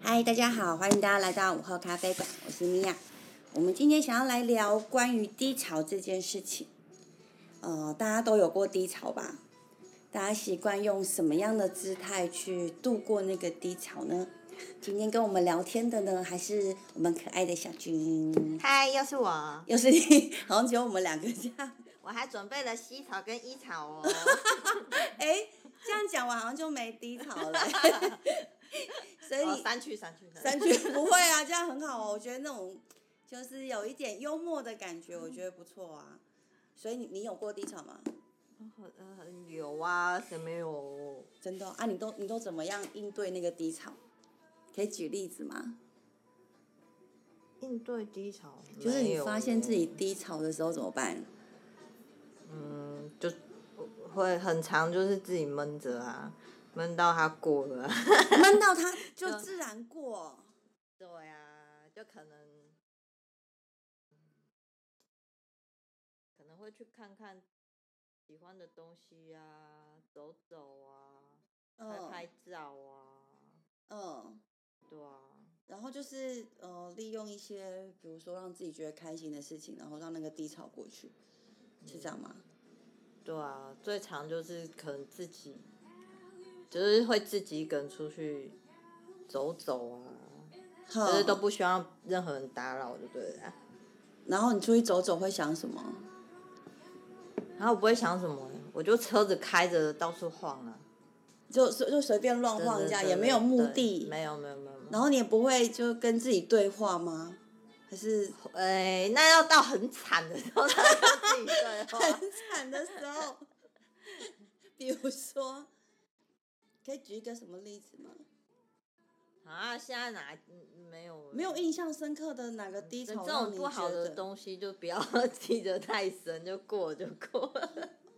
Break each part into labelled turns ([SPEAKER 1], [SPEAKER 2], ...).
[SPEAKER 1] 嗨，大家好，欢迎大家来到午后咖啡馆，我是米娅。我们今天想要来聊关于低潮这件事情。呃，大家都有过低潮吧？大家习惯用什么样的姿态去度过那个低潮呢？今天跟我们聊天的呢，还是我们可爱的小军，
[SPEAKER 2] 嗨，又是我，
[SPEAKER 1] 又是你，好像只有我们两个这样。
[SPEAKER 2] 我还准备了西草跟伊草 哦。
[SPEAKER 1] 哎，这样讲我好像就没低潮了。 所以
[SPEAKER 2] 哦，
[SPEAKER 1] 你
[SPEAKER 2] 删去删去删去。
[SPEAKER 1] 三句不会啊，这样很好哦。我觉得那种就是有一点幽默的感
[SPEAKER 2] 嗯
[SPEAKER 1] 觉，我觉得不错啊。所以你你有过低潮吗？
[SPEAKER 2] 呃有啊，谁没有？
[SPEAKER 1] 真的哦、啊？你都你都怎么样应对那个低潮？可以举例子吗？
[SPEAKER 2] 应对低潮，
[SPEAKER 1] 就是
[SPEAKER 2] 没
[SPEAKER 1] 你
[SPEAKER 2] 有
[SPEAKER 1] 发现自己，低潮的时候怎么办？
[SPEAKER 2] 嗯，就会很长，就是自己闷着啊，闷到它过了啊。
[SPEAKER 1] 闷到它就自然过。
[SPEAKER 2] 对啊，就可能可能会去看看喜欢的东西啊，走走啊，拍
[SPEAKER 1] 嗯
[SPEAKER 2] 拍照啊，
[SPEAKER 1] 嗯，
[SPEAKER 2] 对啊。
[SPEAKER 1] 然后就是呃，利用一些比如说让自己觉得开心的事情，然后让那个低潮过去，是这样吗？
[SPEAKER 2] 对啊，最常就是可能自己，就是会自己一个人出去走走啊，
[SPEAKER 1] 好
[SPEAKER 2] 就是都不希望任何人打扰，就对了啊。
[SPEAKER 1] 然后你出去走走会想什么？
[SPEAKER 2] 然后我不会想什么欸，我就车子开着到处晃啊，
[SPEAKER 1] 就随就随便乱晃一下，
[SPEAKER 2] 对对
[SPEAKER 1] 也没有目
[SPEAKER 2] 对
[SPEAKER 1] 的，
[SPEAKER 2] 没有没有没有。没
[SPEAKER 1] 然
[SPEAKER 2] 有
[SPEAKER 1] 后你也不会就跟自己对话吗？还 是
[SPEAKER 2] 哎，那要到很惨的时候才会自己对 话。
[SPEAKER 1] 很惨的时候， 比如说，可以举一个什么例子吗？
[SPEAKER 2] 啊，现在哪嗯没有
[SPEAKER 1] 没有印象深刻的哪个低
[SPEAKER 2] 这
[SPEAKER 1] 潮
[SPEAKER 2] 这
[SPEAKER 1] 让
[SPEAKER 2] 种
[SPEAKER 1] 你
[SPEAKER 2] 不好
[SPEAKER 1] 觉
[SPEAKER 2] 的
[SPEAKER 1] 得？
[SPEAKER 2] 东西就不要 记得太深，就过就过。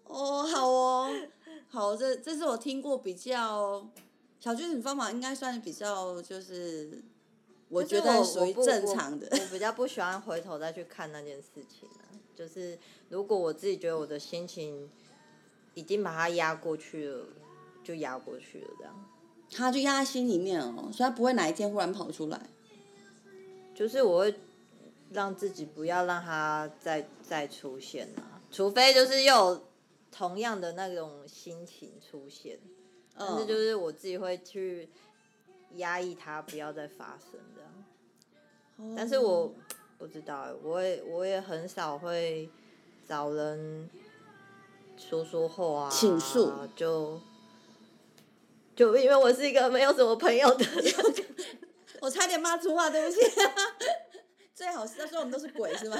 [SPEAKER 1] 哦，好哦，好，这这是我听过比较小军，你方法应该算比较就是，我
[SPEAKER 2] 就
[SPEAKER 1] 觉
[SPEAKER 2] 是
[SPEAKER 1] 得属于
[SPEAKER 2] 不
[SPEAKER 1] 正
[SPEAKER 2] 我
[SPEAKER 1] 常的。
[SPEAKER 2] 我比较不喜欢回头再去看那件事情啊，就是如果我自己觉得我的心情已经把它压过去了，就压过去了，这样。
[SPEAKER 1] 他就压在心里面哦，所以他不会哪一天忽然跑出来。
[SPEAKER 2] 就是我会让自己不要让它再再出现啊，除非就是又有同样的那种心情出现，但是
[SPEAKER 1] 嗯
[SPEAKER 2] 就是我自己会去压抑它，不要再发生这样。但是我
[SPEAKER 1] 嗯
[SPEAKER 2] 不知道欸，我也我也很少会找人说说话啊，
[SPEAKER 1] 倾诉
[SPEAKER 2] 就就因为我是一个没有什么朋友的人，
[SPEAKER 1] 我差点骂粗话，对不起。 最好是他说我们都是鬼 是吗？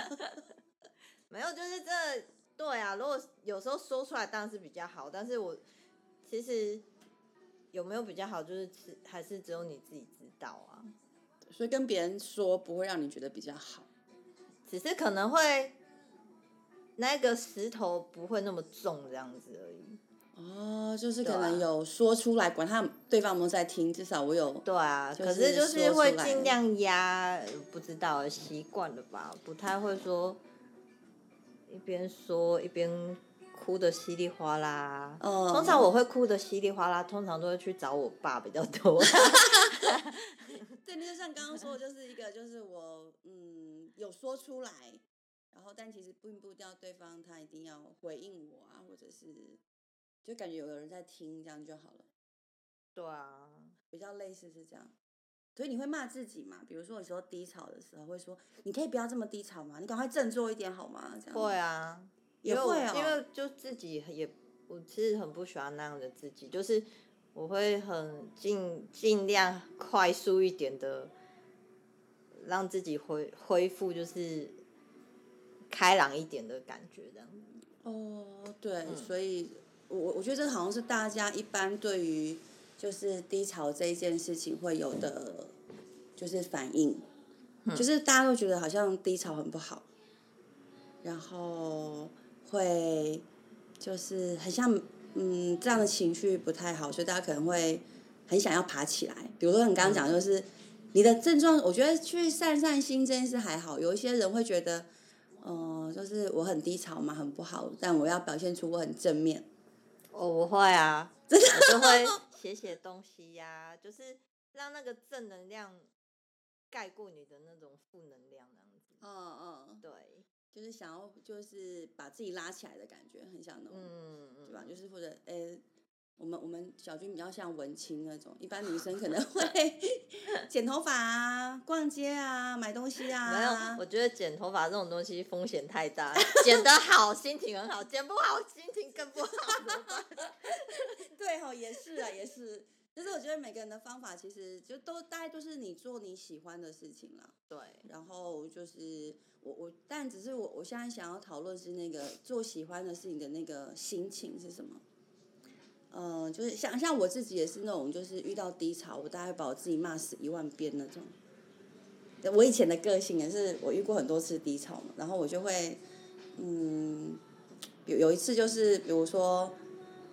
[SPEAKER 2] 没有就是这对啊，如果有时候说出来当然是比较好，但是我其实有没有比较好，就是只还是只有你自己知道啊，
[SPEAKER 1] 所以跟别人说不会让你觉得比较好。
[SPEAKER 2] 只是可能会那个石头不会那么重这样子而已。
[SPEAKER 1] 哦，就是
[SPEAKER 2] 对
[SPEAKER 1] 可
[SPEAKER 2] 啊
[SPEAKER 1] 能有说出来，管他对方有没有在听，至少我有。
[SPEAKER 2] 对啊，
[SPEAKER 1] 就
[SPEAKER 2] 可
[SPEAKER 1] 是
[SPEAKER 2] 就
[SPEAKER 1] 说
[SPEAKER 2] 是
[SPEAKER 1] 出
[SPEAKER 2] 会
[SPEAKER 1] 来
[SPEAKER 2] 尽量压，不知道习惯了吧，不太会说一边说一边哭的稀里哗啦。
[SPEAKER 1] 嗯
[SPEAKER 2] 通常我会哭的稀里哗啦，通常都会去找我爸比较多。
[SPEAKER 1] 对，你就像刚刚说的，就是一个就是我嗯有说出来，然后但其实并不一定要对方他一定要回应我啊，或者是就感觉有人在听，这样就好了，
[SPEAKER 2] 对啊，
[SPEAKER 1] 比较类似是这样。所以你会骂自己嘛？比如说有时候低潮的时候会说，你可以不要这么低潮嘛，你赶快振作一点好吗？这样
[SPEAKER 2] 会啊，
[SPEAKER 1] 也
[SPEAKER 2] 因为我
[SPEAKER 1] 会哦，
[SPEAKER 2] 因为就自己也，我其实很不喜欢那样的自己，就是我会很尽尽量快速一点的，让自己恢恢复，就是开朗一点的感觉，这样子。
[SPEAKER 1] 哦，对，所以我我觉得这好像是大家一般对于就是低潮这一件事情会有的，就是反应，就是大家会觉得好像低潮很不好，然后会就是很像嗯这样的情绪不太好，所以大家可能会很想要爬起来。比如说你刚刚讲就是。你的症状，我觉得去散散心这件事还好。有一些人会觉得，嗯，就是我很低潮嘛，很不好，但我要表现出我很正面。
[SPEAKER 2] 哦，我会啊，真的，我就会写写东西呀、就是让那个正能量盖过你的那种负能量，那样子。
[SPEAKER 1] 嗯嗯，
[SPEAKER 2] 对，
[SPEAKER 1] 就是想要就是把自己拉起来的感觉，很像那种，
[SPEAKER 2] 嗯，嗯
[SPEAKER 1] 对吧？就是或者诶、我们我们小军比较像文青那种，一般女生可能 会剪头发啊、逛街啊、买东西啊。
[SPEAKER 2] 没有，我觉得剪头发这种东西风险太 大，剪得好心情很好，剪不好心情 更不好，怎么办？
[SPEAKER 1] 对哦，也是啊，也是。就是我觉得每个人的方法其实就都大概都是你做你喜欢的事情啦。
[SPEAKER 2] 对，
[SPEAKER 1] 然后就是我我，但只是我我现在想要讨论是那个做喜欢的事情的那个心情是什么。呃，就是像像我自己也是那种，就是遇到低潮，我大概把我自己骂死一万遍那种。我以前的个性也是，我遇过很多次低潮嘛，然后我就会，嗯，有有一次就是，比如说，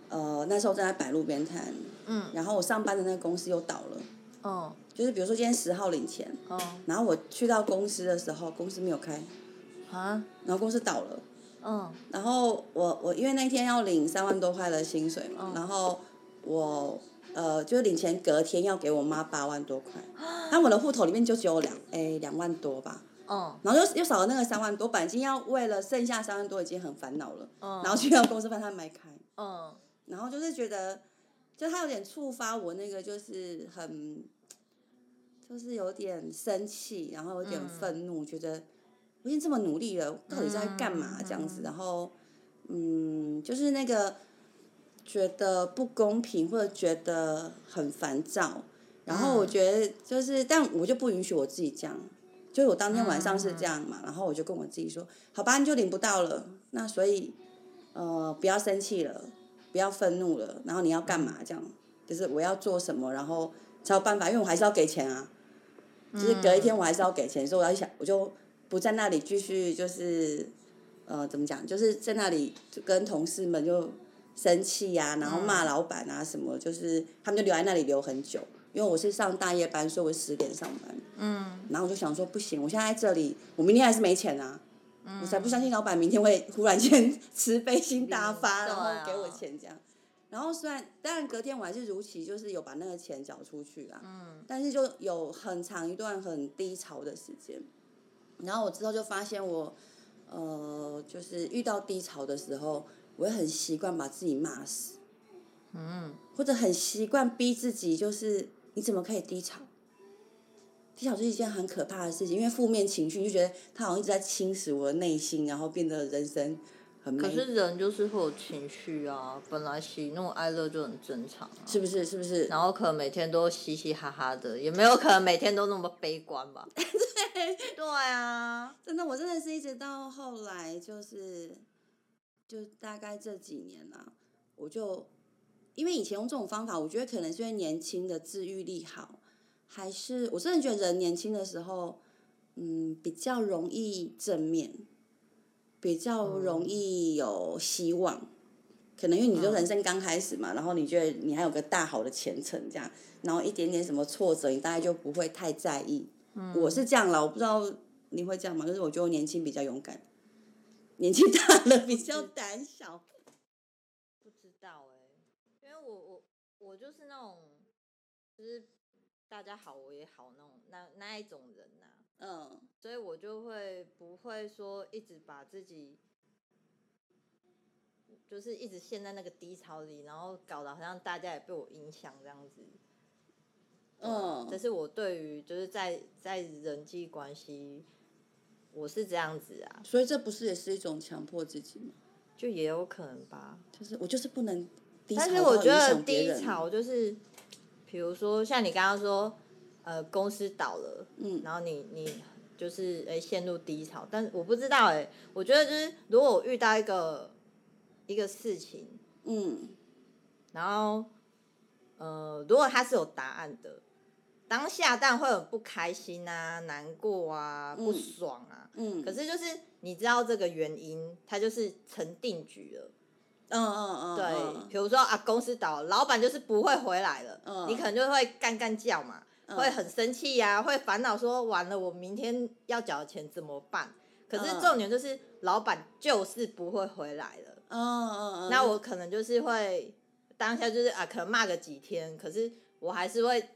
[SPEAKER 1] 呃，那时候正在摆路边摊，
[SPEAKER 2] 嗯，
[SPEAKER 1] 然后我上班的那个公司又倒了，
[SPEAKER 2] 哦，
[SPEAKER 1] 就是比如说今天十号领钱，
[SPEAKER 2] 哦，
[SPEAKER 1] 然后我去到公司的时候，公司没有开，
[SPEAKER 2] 啊，
[SPEAKER 1] 然后公司倒了。
[SPEAKER 2] 嗯，
[SPEAKER 1] 然后我我因为那天要领三万多块的薪水嘛，
[SPEAKER 2] 嗯
[SPEAKER 1] 然后我呃就是领钱隔天要给我妈八万多 块，那我的户头里面就只有两哎两万多吧，
[SPEAKER 2] 哦，
[SPEAKER 1] 然后又又少了那个三万多，本来已经要为了剩下三万多已经很烦恼了，
[SPEAKER 2] 嗯
[SPEAKER 1] 然后去到公司帮他买开，
[SPEAKER 2] 嗯，
[SPEAKER 1] 然后就是觉得，就他有点触发我那个，就是很，就是有点生气，然后有点愤怒，觉得我已经这么努力了，到底在干嘛这样子？然后，嗯，就是那个觉得不公平，或者觉得很烦躁。然后我觉得就是，但我就不允许我自己这样。就是我当天晚上是这样嘛，然后我就跟我自己说，好吧，你就领不到了，那所以，呃，不要生气了，不要愤怒了，然后你要干嘛？这样就是我要做什么，然后才有办法，因为我还是要给钱啊。就是隔一天我还是要给钱，所以我要想，我就不在那里继续就是，呃，怎么讲？就是在那里就跟同事们就生气呀、然后骂老板啊什么，就是他们就留在那里留很久。因为我是上大夜班，所以我十点上班。
[SPEAKER 2] 嗯，
[SPEAKER 1] 然后我就想说，不行，我现在在这里，我明天还是没钱啊。我才不相信老板明天会忽然间 慈悲心大发，然
[SPEAKER 2] 嗯对啊
[SPEAKER 1] 后给我钱这样。然后虽然，当然隔天我还是如期，就是有把那个钱缴出去啊。
[SPEAKER 2] 嗯
[SPEAKER 1] 但是就有很长一段很低潮的时间，然后我之后就发现我，呃，就是遇到低潮的时候，我会很习惯把自己骂死。
[SPEAKER 2] 嗯，
[SPEAKER 1] 或者很习惯逼自己，就是你怎么可以低潮？低潮是一件很可怕的事情，因为负面情绪你就觉得它好像一直在侵蚀我的内心，然后变得人生很没
[SPEAKER 2] 可，是人就是会有情绪啊，本来喜怒哀乐就很正常啊。
[SPEAKER 1] 是不是？是不是？
[SPEAKER 2] 然后可能每天都嘻嘻哈哈的，也没有可能每天都那么悲观 吧。对，对啊，
[SPEAKER 1] 真的，我真的是一直到后来，就是就大概这几年啊，我就因为以前用这种方法，我觉得可能是因为年轻的治愈力好，还是我真的觉得人年轻的时候，嗯，比较容易正面，比较容易有希望。可能因为你就人生刚开始嘛，然后你觉得你还有个大好的前程这样，然后一点点什么挫折，你大概就不会太在意。我是这样啦，我不知道你会这样吗？就是我觉得我年轻比较勇敢，年纪大了比较胆小。
[SPEAKER 2] 不知道哎、因为我我我就是那种，就是大家好我也好那种那那一种人呐、
[SPEAKER 1] 嗯
[SPEAKER 2] 所以我就会不会说一直把自己。就是一直陷在那个低潮里，然后搞得好像大家也被我影响这样子。啊这
[SPEAKER 1] 嗯
[SPEAKER 2] 是我对于就是在在人际关系，我是这样子啊，
[SPEAKER 1] 所以这不是也是一种强迫自己吗？
[SPEAKER 2] 就也有可能吧。
[SPEAKER 1] 就是我就是不能低潮到
[SPEAKER 2] 但是我
[SPEAKER 1] 影
[SPEAKER 2] 觉得
[SPEAKER 1] 响别
[SPEAKER 2] 低
[SPEAKER 1] 人
[SPEAKER 2] 潮就是，比如说像你刚刚说，呃，公司倒了，
[SPEAKER 1] 嗯
[SPEAKER 2] 然后你你就是哎、陷入低潮，但我不知道哎、我觉得就是如果我遇到一个一个事情，
[SPEAKER 1] 嗯
[SPEAKER 2] 然后，呃，如果他是有答案的，当下当然会很不开心啊、难过啊、不爽啊。
[SPEAKER 1] 嗯，
[SPEAKER 2] 可是就是你知道这个原因，它就是成定局了。
[SPEAKER 1] 嗯嗯嗯
[SPEAKER 2] 对，
[SPEAKER 1] 嗯
[SPEAKER 2] 比如说啊，公司倒了，老板就是不会回来了，
[SPEAKER 1] 嗯
[SPEAKER 2] 你可能就会干干叫嘛，会很生气呀、会烦恼说完了，我明天要缴的钱怎么办？可是
[SPEAKER 1] 嗯
[SPEAKER 2] 重点就是，老板就是不会回来了。
[SPEAKER 1] 嗯嗯嗯，
[SPEAKER 2] 那我可能就是会当下就是啊，可能骂个几天，可是我还是会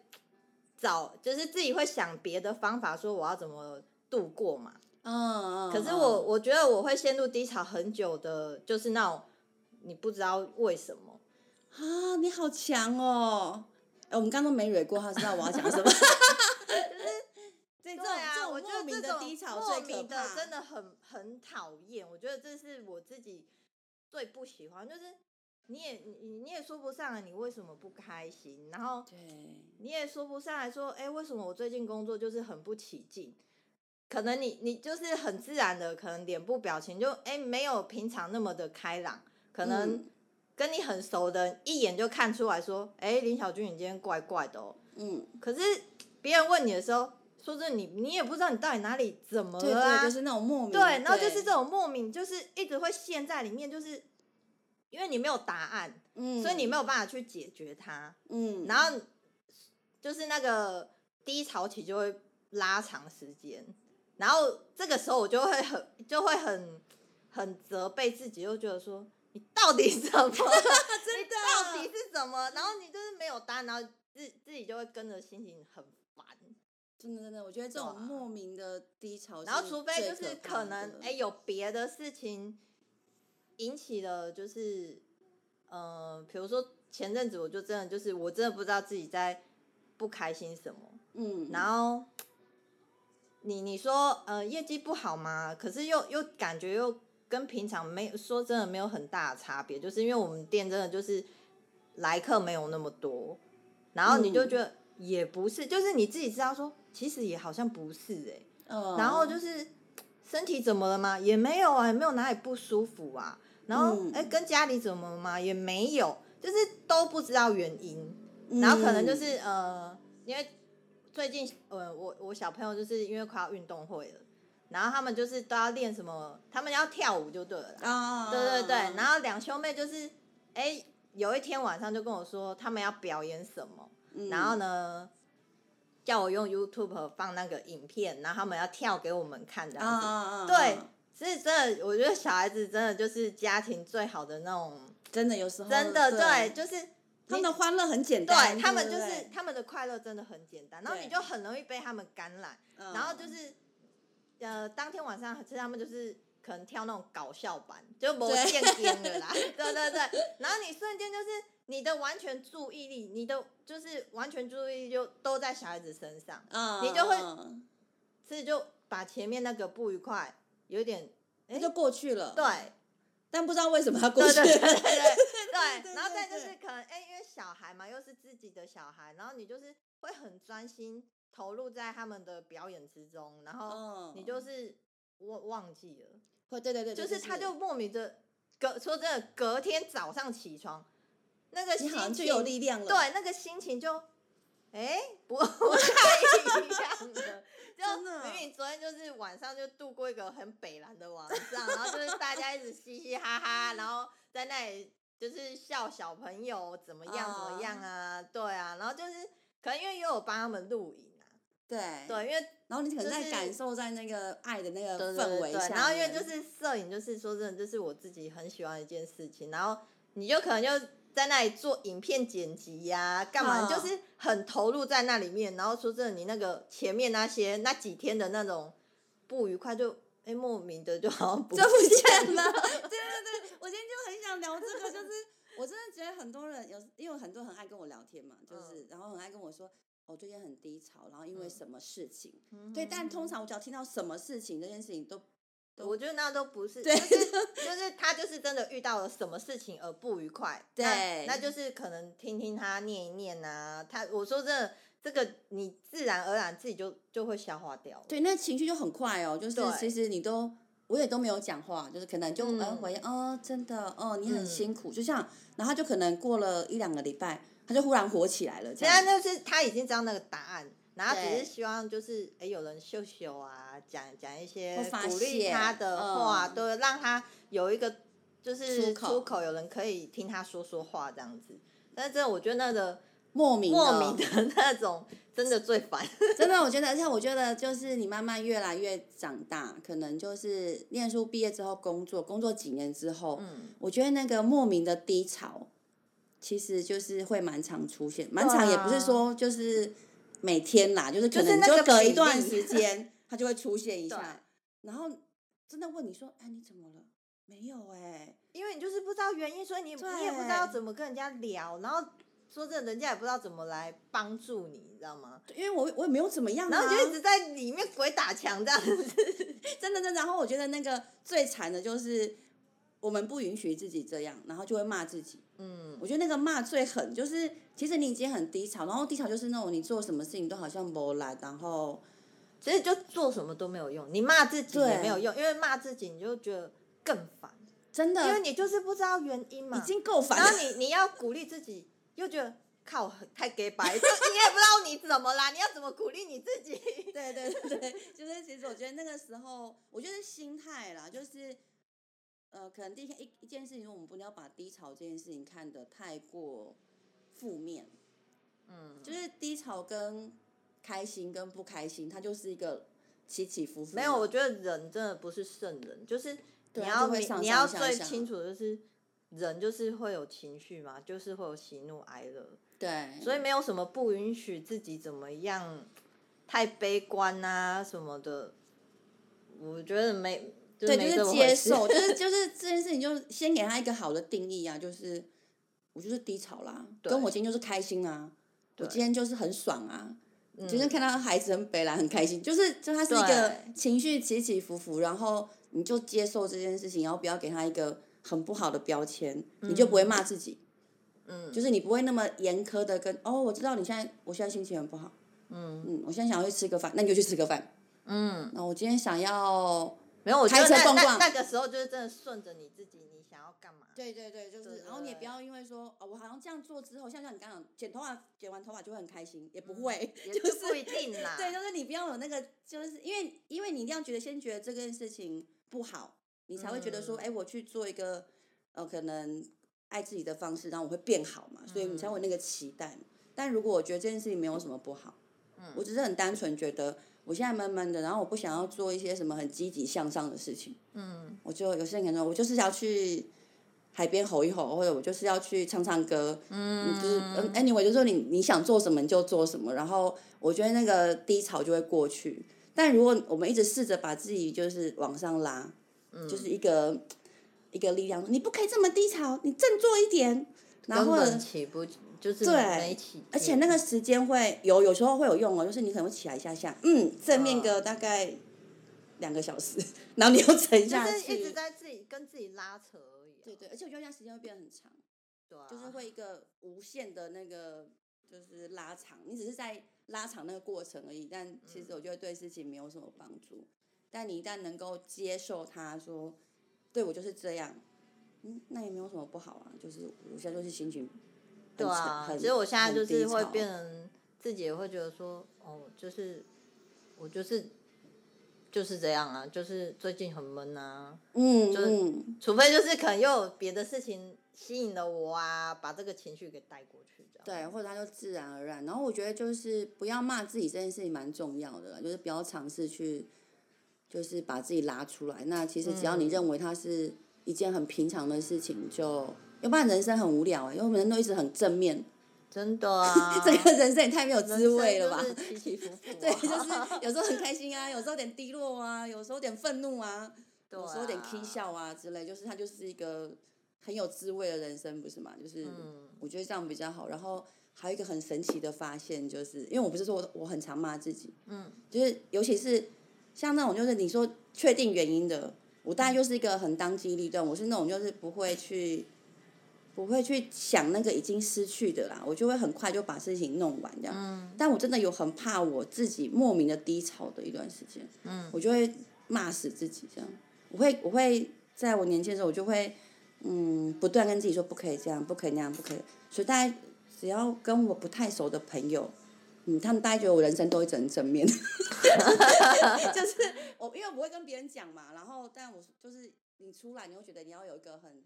[SPEAKER 2] 找，就是自己会想别的方法，说我要怎么度过嘛。
[SPEAKER 1] 嗯嗯。
[SPEAKER 2] 可是我我觉得我会陷入低潮很久的，就是那种你不知道为什么。
[SPEAKER 1] 啊，你好强哦！哎，我们刚刚都没蕊过，他知道我要 讲什么。
[SPEAKER 2] 对
[SPEAKER 1] 这种这
[SPEAKER 2] 啊，
[SPEAKER 1] 种
[SPEAKER 2] 我觉得
[SPEAKER 1] 莫名
[SPEAKER 2] 这
[SPEAKER 1] 的
[SPEAKER 2] 种
[SPEAKER 1] 低潮
[SPEAKER 2] 莫
[SPEAKER 1] 最可
[SPEAKER 2] 名的
[SPEAKER 1] 怕
[SPEAKER 2] 真的很很讨厌。我觉得这是我自己最不喜欢，就是你也你你也说不上来你为什么不开心，然后
[SPEAKER 1] 对，
[SPEAKER 2] 你也说不上来说，哎、为什么我最近工作就是很不起劲？可能你你就是很自然的，可能脸部表情就哎、没有平常那么的开朗，可能
[SPEAKER 1] 嗯
[SPEAKER 2] 跟你很熟的人一眼就看出来说，哎、林小军你今天怪怪的哦。
[SPEAKER 1] 嗯，
[SPEAKER 2] 可是别人问你的时候，说真的你你也不知道你到底哪里怎么
[SPEAKER 1] 对
[SPEAKER 2] 了啊，
[SPEAKER 1] 对，就是那种莫名。
[SPEAKER 2] 对，然后就是这，种莫名，就是一直会陷在里面，就是因为你没有答案，
[SPEAKER 1] 嗯，
[SPEAKER 2] 所以你没有办法去解决它。
[SPEAKER 1] 嗯，
[SPEAKER 2] 然后就是那个低潮期就会拉长时间，然后这个时候我就会很就会很很责备自己，就觉得说你到底怎 么了？真
[SPEAKER 1] 的
[SPEAKER 2] 到底是怎么？然后你就是没有答案，然后自自己就会跟着心情很烦。
[SPEAKER 1] 真的真的，我觉得这
[SPEAKER 2] 对
[SPEAKER 1] 种
[SPEAKER 2] 啊
[SPEAKER 1] 莫名的低潮是最
[SPEAKER 2] 然
[SPEAKER 1] 怕
[SPEAKER 2] 后
[SPEAKER 1] 的，
[SPEAKER 2] 除非就是可能哎、有别的事情引起了就是呃，比如说前阵子我就真的就是我真的不知道自己在不开心什么。
[SPEAKER 1] 嗯，
[SPEAKER 2] 然后你你说呃业绩不好嘛，可是又又感觉又跟平常没有说真的没有很大的差别，就是因为我们店真的就是来客没有那么多，然后你就觉得也不是，就是你自己知道说其实也好像不是哎、
[SPEAKER 1] 嗯，
[SPEAKER 2] 然后就是身体怎么了吗？也没有啊，也没有哪里不舒服啊。然后
[SPEAKER 1] 嗯
[SPEAKER 2] 哎、跟家里怎么了吗？也没有，就是都不知道原因。
[SPEAKER 1] 嗯，
[SPEAKER 2] 然后可能就是呃，因为最近呃，我我小朋友就是因为快要运动会了，然后他们就是都要练什么，他们要跳舞就对了啦。
[SPEAKER 1] 啊，
[SPEAKER 2] 对对对，然
[SPEAKER 1] 后
[SPEAKER 2] 后两兄妹就是哎，有一天晚上就跟我说他们要表演什么，
[SPEAKER 1] 嗯
[SPEAKER 2] 然后呢，叫我用 YouTube 放那个影片，然后他们要跳给我们看这
[SPEAKER 1] 啊
[SPEAKER 2] 样
[SPEAKER 1] 啊
[SPEAKER 2] 子。
[SPEAKER 1] 啊，
[SPEAKER 2] 对
[SPEAKER 1] 啊，
[SPEAKER 2] 所以真的，我觉得小孩子真的就是家庭最好的那种，
[SPEAKER 1] 真的有时候
[SPEAKER 2] 真的对，
[SPEAKER 1] 呃对，
[SPEAKER 2] 就是
[SPEAKER 1] 他
[SPEAKER 2] 你
[SPEAKER 1] 们的欢乐很简单，
[SPEAKER 2] 对他们就
[SPEAKER 1] 对不对
[SPEAKER 2] 是他们的快乐真的很简单，然后你
[SPEAKER 1] 对
[SPEAKER 2] 就很容易被他们感染，
[SPEAKER 1] 嗯
[SPEAKER 2] 然后就是呃，当天晚上其实他们就是可能跳那种搞笑版，就某
[SPEAKER 1] 对
[SPEAKER 2] 见边的啦，对对对，然后你瞬间就是你的完全注意力，你的就是完全注意力就都在小孩子身上，
[SPEAKER 1] 嗯，
[SPEAKER 2] 你就会
[SPEAKER 1] 嗯
[SPEAKER 2] 所以就把前面那个不愉快有点
[SPEAKER 1] 那哎就过去了，
[SPEAKER 2] 对，。
[SPEAKER 1] 但不知道为什么他
[SPEAKER 2] 对对对对
[SPEAKER 1] 过去，
[SPEAKER 2] 对
[SPEAKER 1] 对
[SPEAKER 2] 然后再就
[SPEAKER 1] 对
[SPEAKER 2] 是可能哎、因为小孩嘛，又是自己的小孩，然后你就是会很专心投入在他们的表演之中，然
[SPEAKER 1] 嗯，
[SPEAKER 2] 后哦你就是忘忘记了，
[SPEAKER 1] 会对对对，
[SPEAKER 2] 就是他
[SPEAKER 1] 就
[SPEAKER 2] 就莫名的隔说真的，隔天早上起床那个
[SPEAKER 1] 你
[SPEAKER 2] 心
[SPEAKER 1] 好像就
[SPEAKER 2] 情
[SPEAKER 1] 有力量了，
[SPEAKER 2] 对那个心情就哎、不 不太 一样了。就
[SPEAKER 1] 真的
[SPEAKER 2] 明明昨天就是晚上就度过一个很北蓝的晚上，然后就是大家一直嘻嘻哈哈，然后在那里就是笑小朋友怎么样怎么样啊，对啊，然后就是可能因为也有帮他们录影啊，
[SPEAKER 1] 对对，
[SPEAKER 2] 对，因为
[SPEAKER 1] 然后你可能
[SPEAKER 2] 就是
[SPEAKER 1] 在感受在那个爱的那个
[SPEAKER 2] 对
[SPEAKER 1] 氛
[SPEAKER 2] 对
[SPEAKER 1] 围
[SPEAKER 2] 对，
[SPEAKER 1] 下面，
[SPEAKER 2] 然后因为就是摄影，就是说真的，就是我自己很喜欢的一件事情，然后你就可能就在那里做影片剪辑呀、干嘛，
[SPEAKER 1] 嗯
[SPEAKER 2] 就是很投入在那里面。然后说真的，你那个前面那些那几天的那种不愉快就，哎莫名的就好像不
[SPEAKER 1] 就不见了。对对对，我今天就很想聊这个，就是我真的觉得很多人有，因为很多人很爱跟我聊天嘛，就是、然后很爱跟我说。我、最近很低潮，然后因为
[SPEAKER 2] 嗯
[SPEAKER 1] 什么事情？
[SPEAKER 2] 嗯
[SPEAKER 1] 对，但通常我只要听到什么事情，这件事情都
[SPEAKER 2] 我觉得那都不是，
[SPEAKER 1] 对
[SPEAKER 2] 就是就是他就是真的遇到了什么事情而不愉快，
[SPEAKER 1] 对
[SPEAKER 2] 那那就是可能听听他念一念啊，他我说真的，这个你自然而然自己就就会消化掉了。
[SPEAKER 1] 对，那情绪就很快哦，就是
[SPEAKER 2] 对
[SPEAKER 1] 其实你都我也都没有讲话，就是可能就
[SPEAKER 2] 嗯
[SPEAKER 1] 嗯回应哦，真的哦，你很
[SPEAKER 2] 嗯
[SPEAKER 1] 辛苦，就像然后他就可能过了一两个礼拜，他就忽然火起来了，这
[SPEAKER 2] 现在
[SPEAKER 1] 样
[SPEAKER 2] 就是他已经知道那个答案，然后只
[SPEAKER 1] 对
[SPEAKER 2] 是希望就是哎、诶有人秀秀啊，讲讲一些
[SPEAKER 1] 或发
[SPEAKER 2] 鼓励
[SPEAKER 1] 泄
[SPEAKER 2] 他的话，
[SPEAKER 1] 嗯
[SPEAKER 2] 对，让他有一个就
[SPEAKER 1] 出
[SPEAKER 2] 是
[SPEAKER 1] 口
[SPEAKER 2] 出口，有人可以听他说说话这样子。但是真的，我觉得那个
[SPEAKER 1] 莫名
[SPEAKER 2] 莫名的那种真的最烦。
[SPEAKER 1] 真的，我觉得，而且我觉得，就是你慢慢越来越长大，可能就是念书毕业之后工作，工作几年之后，
[SPEAKER 2] 嗯，
[SPEAKER 1] 我觉得那个莫名的低潮，其实就是会蛮常出现，蛮
[SPEAKER 2] 对
[SPEAKER 1] 常
[SPEAKER 2] 啊
[SPEAKER 1] 也不是说就是每天啦，就是可
[SPEAKER 2] 就是
[SPEAKER 1] 能
[SPEAKER 2] 那个
[SPEAKER 1] 隔
[SPEAKER 2] 比
[SPEAKER 1] 一段
[SPEAKER 2] 例
[SPEAKER 1] 时间，它就会出现一
[SPEAKER 2] 对
[SPEAKER 1] 下。然后真的问你说：“哎，你怎么了？”没有哎、
[SPEAKER 2] 因为你就是不知道原因，所以你你也不知道怎么跟人家聊，然后说真的，人家也不知道怎么来帮助你，你知道吗？
[SPEAKER 1] 因为我我也没有怎么样、啊。
[SPEAKER 2] 然后你就一直在里面鬼打墙这样子。
[SPEAKER 1] 真的真的。然后我觉得那个最惨的就是我们不允许自己这样，然后就会骂自己。
[SPEAKER 2] 嗯，
[SPEAKER 1] 我觉得那个骂最狠，就是其实你已经很低潮，然后低潮就是那种你做什么事情都好像没来，然后
[SPEAKER 2] 其实就做什么都没有用，你骂自己也
[SPEAKER 1] 对
[SPEAKER 2] 没有用，因为骂自己你就觉得更烦，
[SPEAKER 1] 真的
[SPEAKER 2] 因为你就是不知道原因嘛。
[SPEAKER 1] 嗯
[SPEAKER 2] 啊
[SPEAKER 1] 已经够烦
[SPEAKER 2] 然后
[SPEAKER 1] 了。
[SPEAKER 2] 你你要鼓励自己，又觉得靠太给白，就你也不知道你怎么啦，你要怎么鼓励你自己？
[SPEAKER 1] 对对对对，就是其实我觉得那个时候，我觉得是心态啦，就是呃，可能第一一一件事情，我们不要把低潮这件事情看得太过负面，
[SPEAKER 2] 嗯，
[SPEAKER 1] 就是低潮跟开心跟不开心，它就是一个起起伏伏。
[SPEAKER 2] 没有，我觉得人真的不是圣人，就是你
[SPEAKER 1] 对啊
[SPEAKER 2] 要
[SPEAKER 1] 就会
[SPEAKER 2] 明
[SPEAKER 1] 上
[SPEAKER 2] 你
[SPEAKER 1] 上
[SPEAKER 2] 要
[SPEAKER 1] 下
[SPEAKER 2] 最
[SPEAKER 1] 下
[SPEAKER 2] 清楚的就是，人就是会有情绪嘛，就是会有喜怒哀乐，
[SPEAKER 1] 对，
[SPEAKER 2] 所以没有什么不允许自己怎么样太悲观啊什么的，我觉得没。就
[SPEAKER 1] 对，
[SPEAKER 2] 没
[SPEAKER 1] 就
[SPEAKER 2] 这
[SPEAKER 1] 是
[SPEAKER 2] 么
[SPEAKER 1] 接
[SPEAKER 2] 回事
[SPEAKER 1] 受，就是 就是这件事情，就是先给他一个好的定义啊，就是我就是低潮啦，
[SPEAKER 2] 对
[SPEAKER 1] 跟我今天就是开心啊，我
[SPEAKER 2] 对
[SPEAKER 1] 今天就是很爽啊，
[SPEAKER 2] 嗯
[SPEAKER 1] 就是看到孩子很北啦，很开心，就是就他是一个
[SPEAKER 2] 对
[SPEAKER 1] 情绪起起伏伏，然后你就接受这件事情，然后不要给他一个很不好的标签，你就不会骂自己，
[SPEAKER 2] 嗯
[SPEAKER 1] 就是你不会那么严苛的跟哦，我知道你现在我现在心情很不好，
[SPEAKER 2] 嗯
[SPEAKER 1] 嗯，我现在想要去吃个饭，那你就去吃个饭，
[SPEAKER 2] 嗯，
[SPEAKER 1] 那我今天想要。
[SPEAKER 2] 没有，我觉得
[SPEAKER 1] 开车
[SPEAKER 2] 那
[SPEAKER 1] 逛
[SPEAKER 2] 那
[SPEAKER 1] 逛
[SPEAKER 2] 那个时候就是真的顺着你自己，你想要干嘛？
[SPEAKER 1] 对对对，就
[SPEAKER 2] 对
[SPEAKER 1] 是，
[SPEAKER 2] 对
[SPEAKER 1] 然后你也
[SPEAKER 2] 对
[SPEAKER 1] 不要因为说，哦，我好像这样做之后，像像你刚刚讲剪头发，剪完头发就会很开心，也不会，
[SPEAKER 2] 嗯也
[SPEAKER 1] 就是
[SPEAKER 2] 不一定啦。
[SPEAKER 1] 对，就是你不要有那个，就是因为因为你一定要觉得先觉得这件事情不好，你才会觉得说，
[SPEAKER 2] 嗯
[SPEAKER 1] 哎、我去做一个，呃，可能爱自己的方式，然后我会变好嘛，所以你才
[SPEAKER 2] 嗯
[SPEAKER 1] 会有那个期待嘛。但如果我觉得这件事情没有什么不好，
[SPEAKER 2] 嗯
[SPEAKER 1] 我只是很单纯觉得我现在闷闷的，然后我不想要做一些什么很积极向上的事情。
[SPEAKER 2] 嗯，
[SPEAKER 1] 我就有些人可能我就是要去海边吼一吼，或者我就是要去唱唱歌，嗯，就是嗯，anyway，就是说你你想做什么你就做什么，然后我觉得那个低潮就会过去。但如果我们一直试着把自己就是往上拉，就是一个一个力量，你不可以这么低潮，你振作一点，然
[SPEAKER 2] 根
[SPEAKER 1] 后
[SPEAKER 2] 本起不就是
[SPEAKER 1] 对
[SPEAKER 2] 没起劲，
[SPEAKER 1] 而且那个时间会有有时候会有用哦，就是你可能会起来一下下，嗯，正面个大概两个小时，然后你又沉
[SPEAKER 2] 就
[SPEAKER 1] 下
[SPEAKER 2] 是
[SPEAKER 1] 去，
[SPEAKER 2] 一直在自己跟自己拉扯而已啊、
[SPEAKER 1] 对对，而且我觉得这样时间会变得很长，
[SPEAKER 2] 对啊，
[SPEAKER 1] 就是会一个无限的那个就是拉长，你只是在拉长那个过程而已，但其
[SPEAKER 2] 嗯
[SPEAKER 1] 实我觉得对事情没有什么帮助。但你一旦能够接受它，说对我就是这样，嗯，那也没有什么不好啊，就是我现在就是心情很
[SPEAKER 2] 对
[SPEAKER 1] 沉
[SPEAKER 2] 啊。
[SPEAKER 1] 很
[SPEAKER 2] 其实我现在
[SPEAKER 1] 很
[SPEAKER 2] 就
[SPEAKER 1] 低
[SPEAKER 2] 是会
[SPEAKER 1] 潮
[SPEAKER 2] 变成自己也会觉得说，哦，就是我就是就是这样啊，就是最近很闷啊，
[SPEAKER 1] 嗯
[SPEAKER 2] 就是
[SPEAKER 1] 嗯，
[SPEAKER 2] 除非就是可能又有别的事情吸引了我啊，把这个情绪给带过去这样。
[SPEAKER 1] 对，或者它就自然而然。然后我觉得就是不要骂自己这件事情蛮重要的啦，就是不要尝试去，就是把自己拉出来。那其实只要你
[SPEAKER 2] 嗯
[SPEAKER 1] 认为它是一件很平常的事情，就要不然人生很无聊、欸，因为我们人都一直很正面，，
[SPEAKER 2] 真的啊
[SPEAKER 1] 整个人生也太没有
[SPEAKER 2] 人
[SPEAKER 1] 滋味
[SPEAKER 2] 生
[SPEAKER 1] 了吧？
[SPEAKER 2] 就是起起伏伏、啊，
[SPEAKER 1] 对，就是有时候很开心啊，有时候有点低落啊，有时候有点愤怒啊，
[SPEAKER 2] 对
[SPEAKER 1] 有时候有点
[SPEAKER 2] 啊
[SPEAKER 1] k 笑啊之类，就是它就是一个很有滋味的人生，不是嘛？就是、
[SPEAKER 2] 嗯
[SPEAKER 1] 我觉得这样比较好。然后还有一个很神奇的发现，就是因为我不是说我我很常骂自己，
[SPEAKER 2] 嗯，
[SPEAKER 1] 就是尤其是像那种就是你说确定原因的，我大概就是一个很当机立断，我是那种就是不会去。不会去想那个已经失去的啦，我就会很快就把事情弄完这样。
[SPEAKER 2] 嗯
[SPEAKER 1] 但我真的有很怕我自己莫名的低潮的一段时间，
[SPEAKER 2] 嗯
[SPEAKER 1] 我就会骂死自己这样。我会我会在我年轻的时候，我就会嗯不断跟自己说不可以这样，不可以那样，不可以。所以大家只要跟我不太熟的朋友，嗯，他们大家觉得我人生都一直很正 面，就是我因为我不会跟别人讲嘛，然后但我就是你出来，你会觉得你要有一个很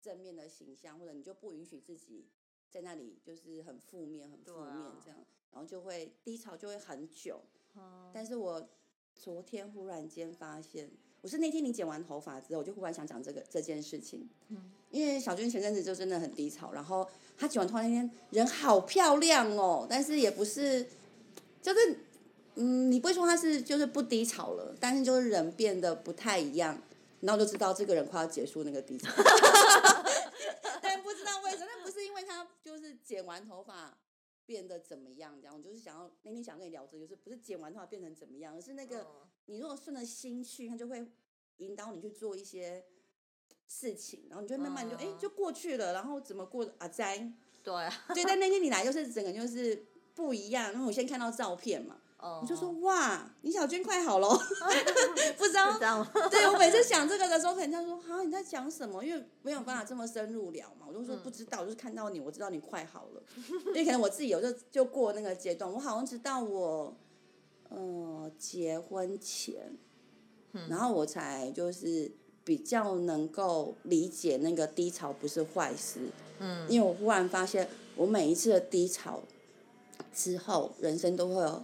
[SPEAKER 1] 正面的形象，或者你就不允许自己在那里就是很负面、很负
[SPEAKER 2] 对啊
[SPEAKER 1] 面这样，然后就会低潮就会很久。
[SPEAKER 2] 嗯
[SPEAKER 1] 但是我昨天忽然间发现，我是那天你剪完头发之后，我就忽然想讲这个这件事情。
[SPEAKER 2] 嗯
[SPEAKER 1] 因为小娟前阵子就真的很低潮，然后她剪完头发那天人好漂亮哦，但是也不是就是嗯，你不会说他是就是不低潮了，但是就是人变得不太一样，然后就知道这个人快要结束那个低潮。 但不知道为什么，那不是因为他就是剪完头发变得怎么样这样，我就是想要那天想跟你聊这个，就是不是剪完头发变成怎么样，而是那个、你如果顺着心去，他就会引导你去做一些事情，然后你就会慢慢就哎、
[SPEAKER 2] 嗯
[SPEAKER 1] 就过去了，然后怎么过的啊哉？
[SPEAKER 2] 对啊，
[SPEAKER 1] 对，但那天你来就是整个就是不一样，然后我先看到照片嘛，
[SPEAKER 2] 哦，
[SPEAKER 1] 我就说哇，李小军快好喽， 不知道
[SPEAKER 2] 是这样吗？
[SPEAKER 1] 对我每次想这个的时候，人家说啊你在讲什么？因为没有办法这么深入聊嘛，我就说
[SPEAKER 2] 嗯
[SPEAKER 1] 不知道，就是看到你，我知道你快好了，因为可能我自己有就就过那个阶段，我好像直到我，呃，结婚前，
[SPEAKER 2] 嗯
[SPEAKER 1] 然后我才就是比较能够理解那个低潮不是坏事，
[SPEAKER 2] 嗯，
[SPEAKER 1] 因为我忽然发现我每一次的低潮之后，人生都会有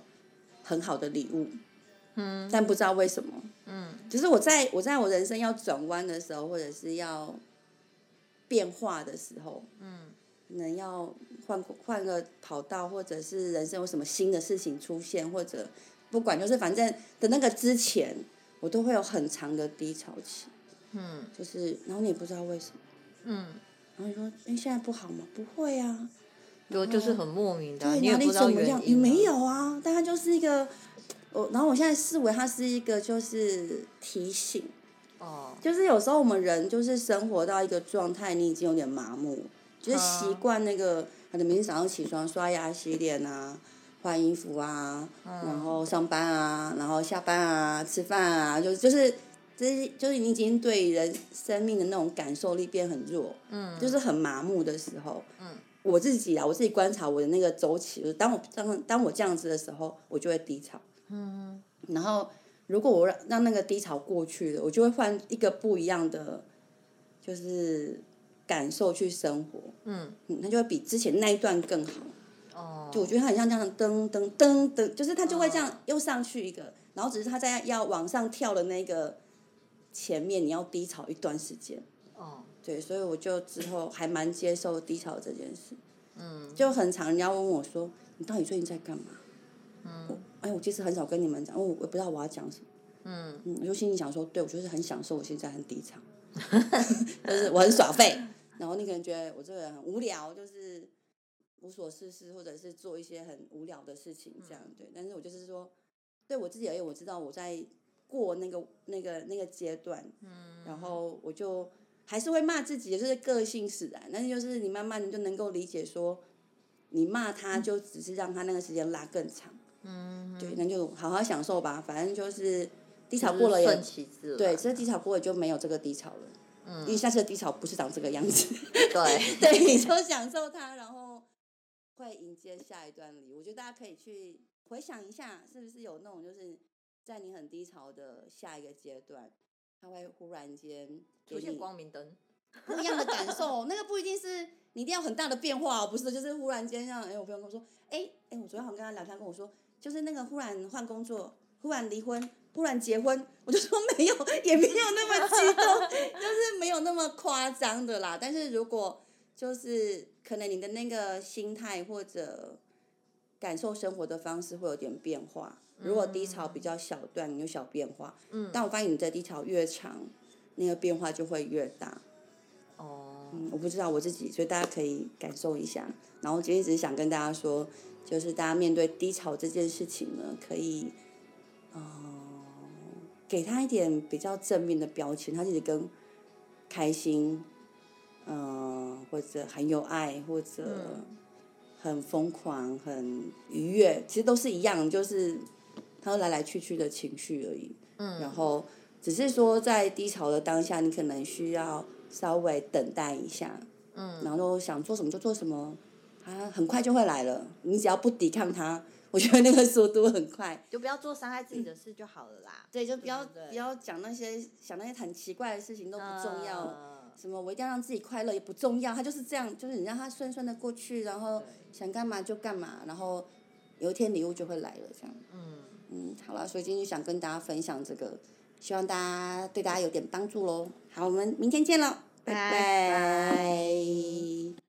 [SPEAKER 1] 很好的礼物，
[SPEAKER 2] 嗯
[SPEAKER 1] 但不知道为什么。
[SPEAKER 2] 嗯
[SPEAKER 1] 只是我在我在我人生要转弯的时候，或者是要变化的时候，
[SPEAKER 2] 嗯，
[SPEAKER 1] 可能要换换个跑道，或者是人生有什么新的事情出现，或者不管就是反正的那个之前，我都会有很长的低潮期，
[SPEAKER 2] 嗯
[SPEAKER 1] 就是然后你也不知道为什么，
[SPEAKER 2] 嗯，
[SPEAKER 1] 然后你说哎、诶现在不好吗？不会啊，
[SPEAKER 2] 就就是很莫名的啊，
[SPEAKER 1] 对
[SPEAKER 2] 你也
[SPEAKER 1] 哪
[SPEAKER 2] 不
[SPEAKER 1] 里
[SPEAKER 2] 知道
[SPEAKER 1] 怎么
[SPEAKER 2] 原因
[SPEAKER 1] 样
[SPEAKER 2] 啊，？
[SPEAKER 1] 你没有啊，但它就是一个，我然后我现在视为它是一个就是提醒。
[SPEAKER 2] 哦，
[SPEAKER 1] 就是有时候我们人就是生活到一个状态，你已经有点麻木，就是习惯那个，可能每天早上起床刷牙、洗脸啊，换衣服啊，
[SPEAKER 2] 嗯
[SPEAKER 1] 然后上班啊，然后下班啊，吃饭啊，就是就是。就是就是你已经对人生命的那种感受力变很弱，
[SPEAKER 2] 嗯
[SPEAKER 1] 就是很麻木的时候，
[SPEAKER 2] 嗯
[SPEAKER 1] 我自己啊，我自己观察我的那个周期，就是当我当当我这样子的时候，我就会低潮。
[SPEAKER 2] 嗯
[SPEAKER 1] 然后如果我让让那个低潮过去了，我就会换一个不一样的，就是感受去生活，
[SPEAKER 2] 嗯
[SPEAKER 1] 嗯，它就会比之前那一段更好。
[SPEAKER 2] 哦，
[SPEAKER 1] 就我觉得它很像这样的噔噔噔噔，就是它就会这样又上去一个，然后只是它在要往上跳的那个前面，你要低潮一段时间。
[SPEAKER 2] 哦
[SPEAKER 1] 对，所以我就之后还蛮接受低潮这件事，
[SPEAKER 2] 嗯
[SPEAKER 1] 就很常人家问我说：“你到底最近在干嘛？”
[SPEAKER 2] 嗯
[SPEAKER 1] 哎，我其实很少跟你们讲，因为我我也不知道我要讲什么。
[SPEAKER 2] 嗯
[SPEAKER 1] 嗯，我就心里想说，对我就是很享受我现在很低潮， 就是我很耍废。然后那个人觉得我这个人很无聊，就是无所事事，或者是做一些很无聊的事情这
[SPEAKER 2] 嗯
[SPEAKER 1] 样对。但是我就是说，对我自己而言，我知道我在过那个那个那个阶段，
[SPEAKER 2] 嗯，
[SPEAKER 1] 然后我就还是会骂自己，就是个性使然。但是就是你慢慢你就能够理解说，你骂他就只是让他那个时间拉更长。
[SPEAKER 2] 嗯，
[SPEAKER 1] 对，那就好好享受吧，反正就是低潮
[SPEAKER 2] 就是
[SPEAKER 1] 过了也
[SPEAKER 2] 顺其自然，
[SPEAKER 1] 对，这低潮过了就没有这个低潮了，因为
[SPEAKER 2] 嗯
[SPEAKER 1] 下次的低潮不是长这个样子，
[SPEAKER 2] 对，
[SPEAKER 1] 对，你就享受它，然后会迎接下一段礼物。我觉得大家可以去回想一下，是不是有那种就是在你很低潮的下一个阶段，它会忽然间给
[SPEAKER 2] 出现
[SPEAKER 1] 你嗯
[SPEAKER 2] 光明灯，
[SPEAKER 1] 不一样的感受，哦 那个不一定是你一定要很大的变化哦，不是，就是忽然间像，哎、我朋友跟我说，哎、哎、我昨天好像跟他聊天，他跟我说，就是那个忽然换工作，忽然离婚，忽然结婚， 我就说没有，也没有那么激动， 就是没有那么夸张的啦。但是如果就是可能你的那个心态或者感受生活的方式会有点变化。如果低潮比较小段，你就小变化。
[SPEAKER 2] 嗯
[SPEAKER 1] 但我发现你的低潮越长，那个变化就会越大。
[SPEAKER 2] 哦，
[SPEAKER 1] 嗯我不知道我自己，所以大家可以感受一下。然后今天只是想跟大家说，就是大家面对低潮这件事情呢，可以，呃，给他一点比较正面的标签，他自己跟开心，呃，或者很有爱，或者很疯狂、很愉悦，其实都是一样，就是他来来去去的情绪而已。
[SPEAKER 2] 嗯
[SPEAKER 1] 然后只是说在低潮的当下，你可能需要稍微等待一下，
[SPEAKER 2] 嗯
[SPEAKER 1] 然后想做什么就做什么，它很快就会来了。你只要不抵抗它， 我觉得那个速度很快。
[SPEAKER 2] 就不要做伤害自己的事就好了啦，
[SPEAKER 1] 对，就不要
[SPEAKER 2] 对对对
[SPEAKER 1] 不要讲那些想那些很奇怪的事情都不重要。
[SPEAKER 2] 嗯
[SPEAKER 1] 什么我一定要让自己快乐也不重要，他就是这样，就是你让他顺顺的过去，然后想干嘛就干嘛，然后有一天礼物就会来了，这样。
[SPEAKER 2] 嗯，
[SPEAKER 1] 嗯，好了，所以今天就想跟大家分享这个，希望大家对大家有点帮助喽。好，我们明天见喽，拜
[SPEAKER 2] 拜
[SPEAKER 1] 拜
[SPEAKER 2] 拜